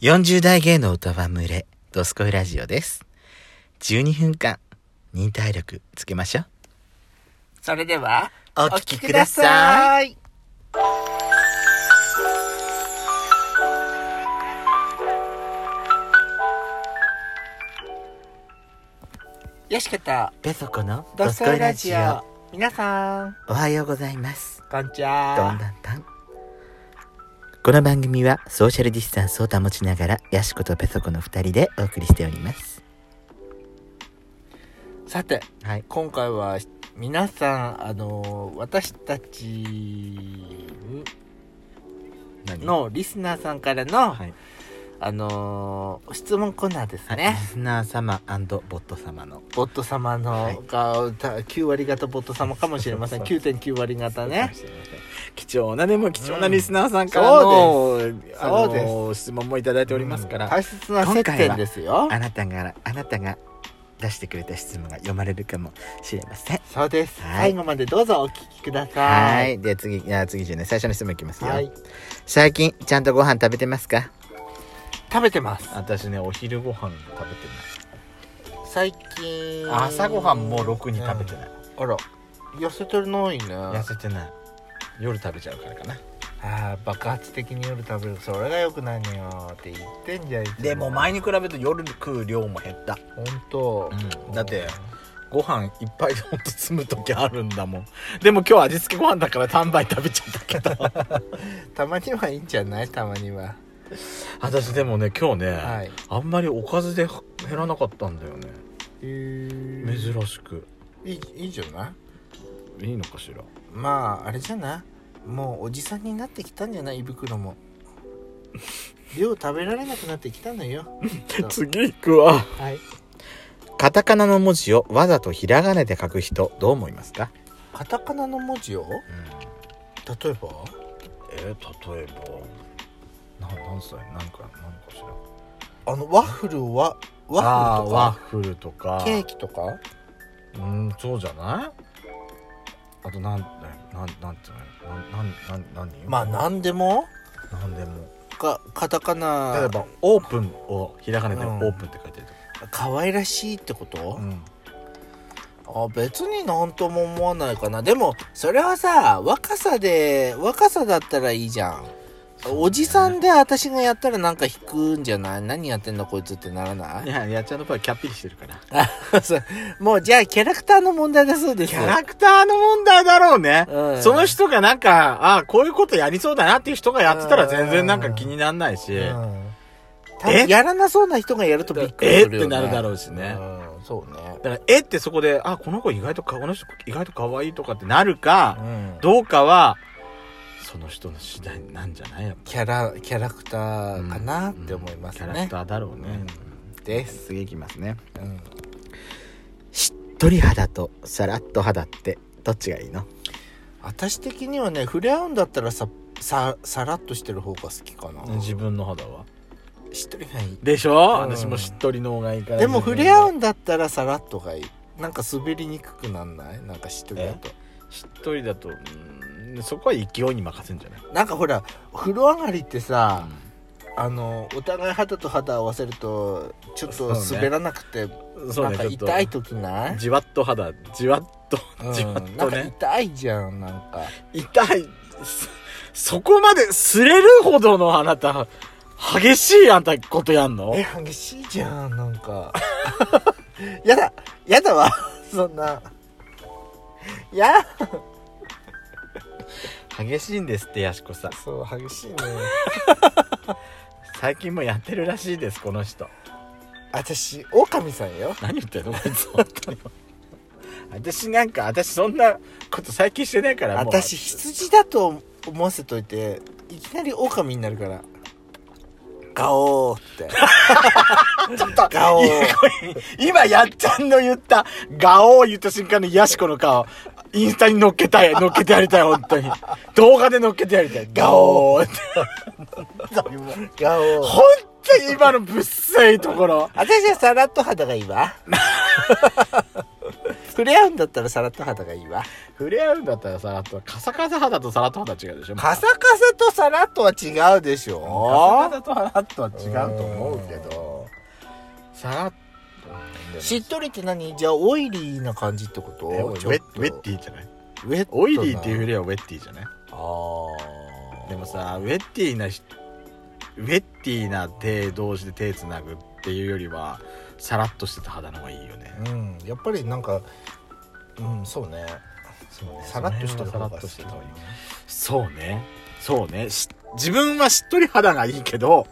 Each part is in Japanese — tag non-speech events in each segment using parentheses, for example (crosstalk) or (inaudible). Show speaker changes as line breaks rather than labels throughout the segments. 40代芸の歌は群れ、ドスコイラジオです。12分間、忍耐力つけましょう。
それでは、
お
お
聞
聞
き
き
く
く
だ
だ
さ
さい。よしこと、
ペソコの
ドスコイラジオ。皆さん、
おはようございます。
こんにち
どん
は。
だんたん。この番組はソーシャルディスタンスを保ちながら、ヤシコとペソコの2人でお送りしております。
さて、
はい。
今回は、皆さん、あの、私たち
何、
のリスナーさんからの、
はい
あの、質問コーナーです
ね、
ね
リ。スナー様ボット様の。
ボット様のが、た9割方ボット様かもしれません
そうそ
9.9割方ね。
貴重なねもう貴重なリスナーさんからの、
うん
あの
そうです
質問もいただいておりますから、
大切な接点です
(laughs)
よ
あなたがあなたが出してくれた質問が読まれるかもしれません
そうです、
はい
最後までどうぞお聞きくだ
は
さい
いで次いや次じゃない最初の質問いきますよ、
はい
最近ちゃんとご飯食べてますか
食べてます
私ねお昼ご飯食べて
最
6
近い、
ない、
うんあら痩せてるの多いね
せてない夜食べちゃうからかな
あー爆発的に夜食べるそれがよくないのよって言ってんじゃんいつ
でも前に比べると夜食う量も減った
本当、
うんだってご飯いっぱいほんと積む時あるんだもんでも今日味付けご飯だから単杯食べちゃったけど (laughs)
たまにはいいんじゃないたまには
私でもね今日ね、
はい
あんまりおかずで減らなかったんだよね
珍
珍しく
いいいいじゃない
いいのかしら
まああれじゃないもうおじさんになってきたんじゃない胃
(laughs)
袋も量食べられなくなってきたのよ
(laughs) 次行くわ
はい
カタカナの文字をわざとひらがなで書く人どう思いますか、
カタカナの文字を例えば
えー、例えばな何歳何か何かしら
あのワッフルは
あ
ワ
ーワ
ッ
ッフルとか
フルとかケーキとか
うんそうじゃないあとなんなんなんていうのなんなんなん何
まあ何でも
なんでも
かカタカナ
例えばオープンをひらがなで
うん
オープンって書いてると
可愛らしいってこと
か、、ん、
あ別になんとも思わないかなでもそれはさ若さで若さだったらいいじゃん、
そうね
おじさんで私がやったらなんか引くんじゃない何やってんだこいつってならない (laughs) い
ややっちゃんの場合キャッピリしてるから
そうもうじゃあキャラクターの問題だそうです
キャラクターの問題だろうね、
うん
その人がなんかああこういうことやりそうだなっていう人がやってたら全然なんか気にならないし、
うん多分やらなそうな人がやるとびっくり
えっ
する
て
よ、ね、
なるだろうしね、
うんそうね
だからえってそこであこの子意外とかこの人意外と可愛いとかってなるか、
ん
どうかはその人の次第なんじゃないやっ
キャラキャラクタ
ぱ
ーかなって思いま
うんキ
す
ャラ
ね
ク、ターだろうね、
うんです、
次いきますね
うん
しっとり肌とさらっと肌ってどっちがいいの
私的にはね触れ合うんだったらさささらっとしてる方が好きかな
自分の肌は
しっとりがいい
でしょ、
うん
私もしっとりの方がいいから
でも触れ合うんだったらさらっとがいいなんか滑りにくくなんないなんかしっとりだと
しっとりだとうーんそこは勢いに任せんじゃない、
なんかほら風呂上がりってさ、あのお互い肌と肌合わせるとちょっと
そうね
滑らなくて、
そ
な
うんね
か
ちょっと
痛い時ない、
じわっと肌じわっと、
うん
じわっ
な
と
んか
ね
痛いじゃんなんか
痛いそそこまで擦れるほどのあなた激しいあんたことやんの
え激しいじゃんなんか (laughs) やだやだわ (laughs) そんないや
激しいんですってやしこさん
そう激しいね
最近もやってるらしいですこの人
私狼さんよ
何言 (laughs) ってんのこいつ本当に私なんか私そんなこと最近してないからもう
私羊だと思わせといていきなり狼になるからガオーって
(laughs) ちょっと
ガオー
今やっちゃんの言った「ガオ」を言った瞬間のヤシコの顔インスタに乗っけたい乗っけてやりたい本当に動画で乗っけてやりたい「ガオ」って
ガオー
本当に今のぶっさいところ (laughs)
私はさらっと肌がいいわ触れ合うんだったらさらっと肌がいいわ
触れ合うんだったらさらっとカサカサ肌とさらっと肌違うでしょ
カサカサとさらっとは違うでし
カ
ょ
サカサとさらっとは違うと思うけどさらっと
しっとりって何じゃあオイリーな感じってこと
えウェッウェッティじゃない
ィウェットな
オイリーっていう触れはウェッティじゃない
ああ
でもさウェッティなしウェッティな手同士で手つなぐっていうよりはさらっとしてた肌の方がいいよね
うんやっぱりなんかうんそうねそうねさらっとした
さら
方
っ
が好
と
き
してた方がいいそうねそうねし自分はしっとり肌がいいけど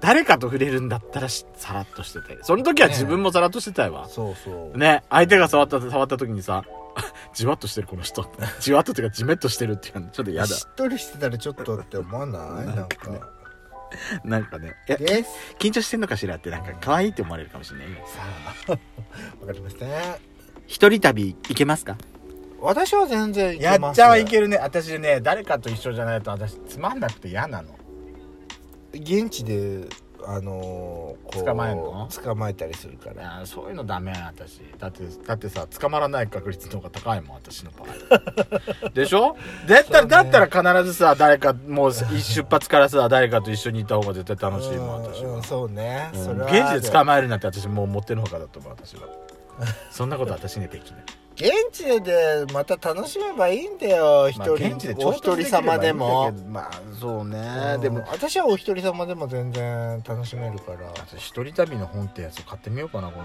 誰かと触れるんだったらしさらっとしてたいその時は自分もさらっとしてたいわ
うん、そうそう、
ね相手が触った触った時にさ (laughs) じわっとしてるこの (laughs) 人じわっとっていうかじめっとしてるっていうのちょっと嫌だ
しっとりしてたらちょっとって思わないなんか
なんかねいや
です
緊張してんのかしらってなんか可愛いって思われるかもしれない
さあ (laughs) わかりましたね
一人旅行けますか
私は全然い
や
け
っ
ま
ち
す
ゃんはいけるね私ね誰かと一緒じゃないと私つまんなくて嫌なの
現地であのーこう
捕まえんの
捕まえたりするから
あーそういうのダメ私だってだってさ捕まらない確率の方が高いもん私の場
(laughs)
合でしょだったら、
そうね
だったら必ずさ誰かもう一出発からさ誰かと一緒にいた方が絶対楽しいもん私
う
は
んそうね、
うん
それは
現地で捕
ま
まえるなんて私もう持ってのほかだと思う
(laughs)
私はそんなこと私にはできない
現地でまた楽しめばいいんだよ一
まあ
人、
現地でちょ
お
っとず
一人
つできれば
様
いいんだけ
で
ど
も
まあそうね
うん
でも
私はお一人様でも全然楽しめるから
私一人旅の本ってやつを買ってみようかな今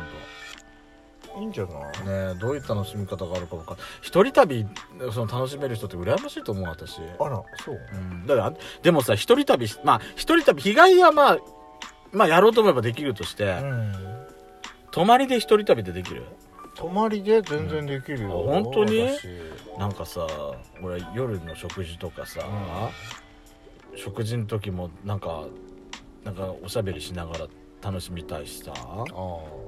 度
いいんじゃない
ねえどういう楽しみ方があるか分かんない一人旅その楽しめる人って羨ましいと思う私
あらそう
うんだからでもさ一人旅まあ一人旅日帰りはまあまあやろうと思えばできるとして、
うん
泊まりで一人旅でできる
泊まりで全然できるよ、
うんあ本当に
私
なんかさ俺夜の食事とかさ、食事の時もなんかなんかおしゃべりしながら楽しみたいしさ
あ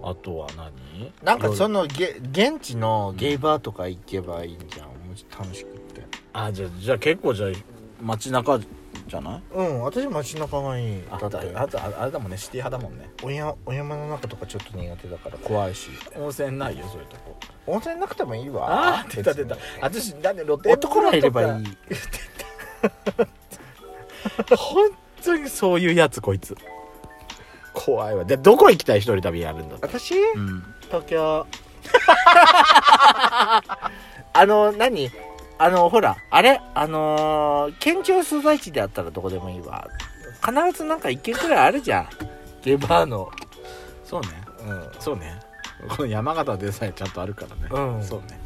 あとは何
なんかそ
の
のげ現地のゲイバーとか行けばいいんじゃんもうちょっと楽しくって
あじゃあじゃあ結構じゃあ街中じゃない
うん私街中がいい
あ
だって
あとああれだもんねシティ派だもんね
おやお山の中とかちょっと苦手だから怖いし
温泉ないよそういうとこ
温泉なくてもいいわ
ああ出た出た私だって露天
男がいればい
い
い
本当にそういうやつこいつ怖いわでどこ行きたい一人旅やるんだって
私
うん
東京 (laughs) あの何あのほらあれあのー県庁所在地であったらどこでもいいわ必ずなんか一軒くらいあるじゃんゲバーの
そうね
うん
そうねこの山形でさえちゃんとあるからね
うん
そうね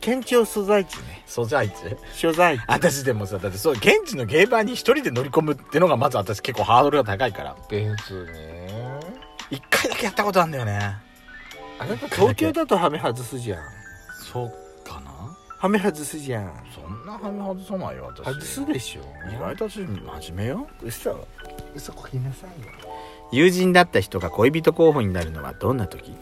県庁所在地ね
そじゃあいつ
所在地
私でもさだってそう現地のゲーバーに一人で乗り込むってのがまず私結構ハードルが高いから
別に
一回だけやったことあるんだよね
あなた東京だとハメ外すじゃん
そうかな
ハメ外すじゃん
そんなはめ外さないよ私
外すでしょ
意外と私真面目よ
嘘嘘こきなさいよ
友人だった人が恋人候補になるのはどんな時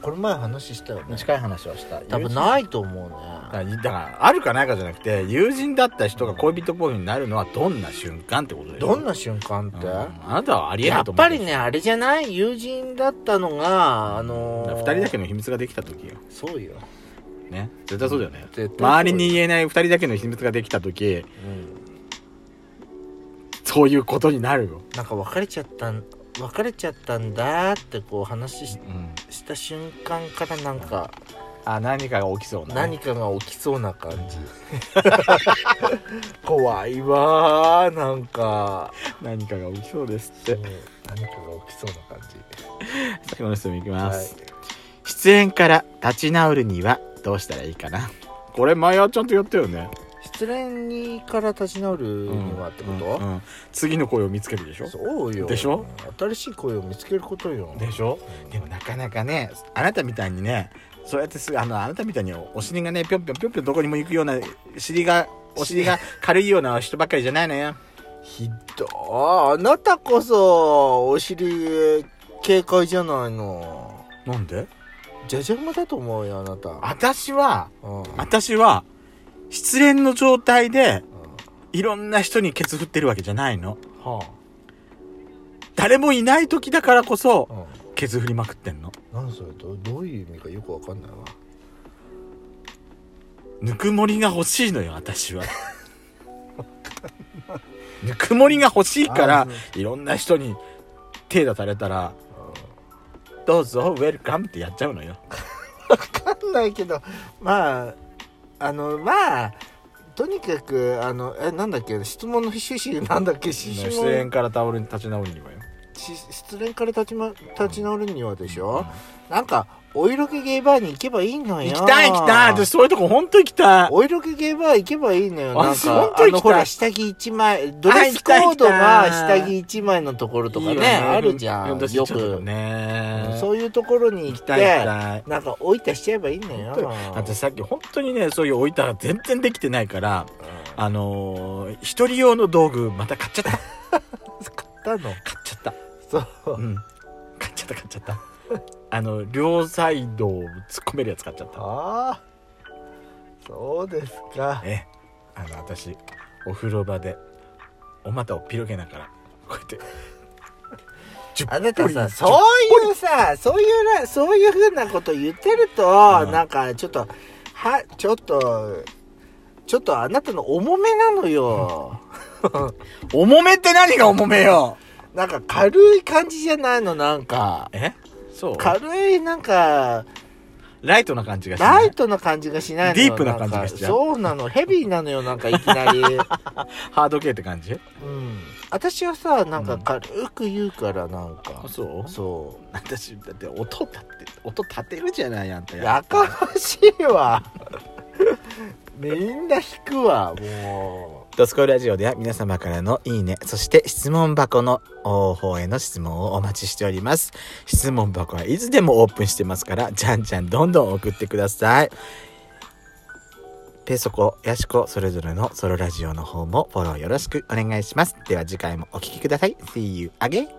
これ前話したよね
近い話をした
多分ないと思うね
だからだからあるかないかじゃなくて友人だった人が恋人候補になるのはどんな瞬間ってことでしょ
どんな瞬間って、
うんあなたはありえな
や
いと
っ
思う
ぱりねあれじゃない友人だったのがあの
2
ー、
人だけの秘密ができた時よ
そうよ、
ね絶対そうだよね
絶対そう
周りに言えない2人だけの秘密ができた時
うん、
そういうことになるよ、
なんか別れちゃったん別れちゃったんだってこう話し
うん、
した瞬間からなんか
あ何かが起きそうな
何かが起きそうな感
(laughs)
じ怖いわーなんか、
何かが起きそうですっ
うん
て、
何かが起きそうな感じ
最後の質問いき
は
ま
い
す、出演から立ち直るにはどうしたらいいかなこれ前はちゃんとやったよね
失恋にから立ち直るにはってこと、
うんうん次の声を見つけるでしょ
そうよ
でしょ
新しい声を見つけることよ
でしょでもなかなかねあなたみたいにねそうやってすぐあのあなたみたいにお尻がねぴょんぴょんぴょんぴょんどこにも行くような尻がお尻が軽いような人ばっかりじゃないのよ
ひどーあなたこそお尻警戒じゃないの
なんで
じゃじゃ馬だと思うよあなた
私は
うん
私は失恋の状態でいろんな人にケツ振ってるわけじゃないの
は
誰もいない時だからこそ
あ、うん、
ケツ振りまくってんの
何それどどういう意味かよくわかんないわ
ぬくもりが欲しいのよ私 (laughs) はぬくもりが欲しいから
あ
いろんな人に手出されたら「どうぞウェルカム」ってやっちゃうのよ
わかんないけどまああのまあとにかくあのえなんだっけ質問の趣旨なんだっけ趣旨
出
も
演から倒れ立ち直るにはよ
し失恋から立ち,、ま、立ち直るにはでしょ、なんかお色気ゲイバーに行けばいいのよ
行きたい行きたい私そういうとこ本当行きたい
(laughs) お色気ゲイバー行けばいいのよ
あ
なん
そう
か
本当行
あ
きたい
のほら下着1枚ドレスコードが下着1枚のところとかね
いいよね
あるじゃ
ふ
ん
んどし
よ
ちょっと
く、
ね
そういうところに行
行
っ
きたい行き
て
たい
なんか置いたしちゃえばいいのよ
私さっき本当にねそういう置いたら全然できてないからあのー、一人用の道具また買っちゃった買っ
だの
ちゃ
(laughs)
った
そう
うん買っちゃった買っちゃったあの両サイドを突っ込めるやつ買っちゃった
ああそうですか
えあの私お風呂場でお股をピロゲながらこうや (laughs) って10
あなた
ポリ
さ
ン
そういうさそういうなそういうふうなこと言ってると、
うん
なんかちょっとはちょっとちょっとあなたの重めなのよ
重めって何が重めよ
なんか軽い感じじゃないのなんか
えそう
軽いなんか
ライトな感じがしな
ライ
い
トな感じがしないのよ
ディープな感じがしちゃうん
かそうなのヘビーなのよなんかいき
(laughs)
なり、う
ハード系って感じ
ん、私はさなんか軽く言うからなんか、
あそう
そう
私だって音立って音立てるじゃないあんた
やかましいわ (laughs) みんな引くわも
ドスコイラジオでは皆様からのいいね、そして質問箱の方への質問をお待ちしております。質問箱はいつでもオープンしてますから、じゃんじゃんどんどん送ってください。ペソコ、ヤシコ、それぞれのソロラジオの方もフォローよろしくお願いします。では次回もお聴きください。See you again!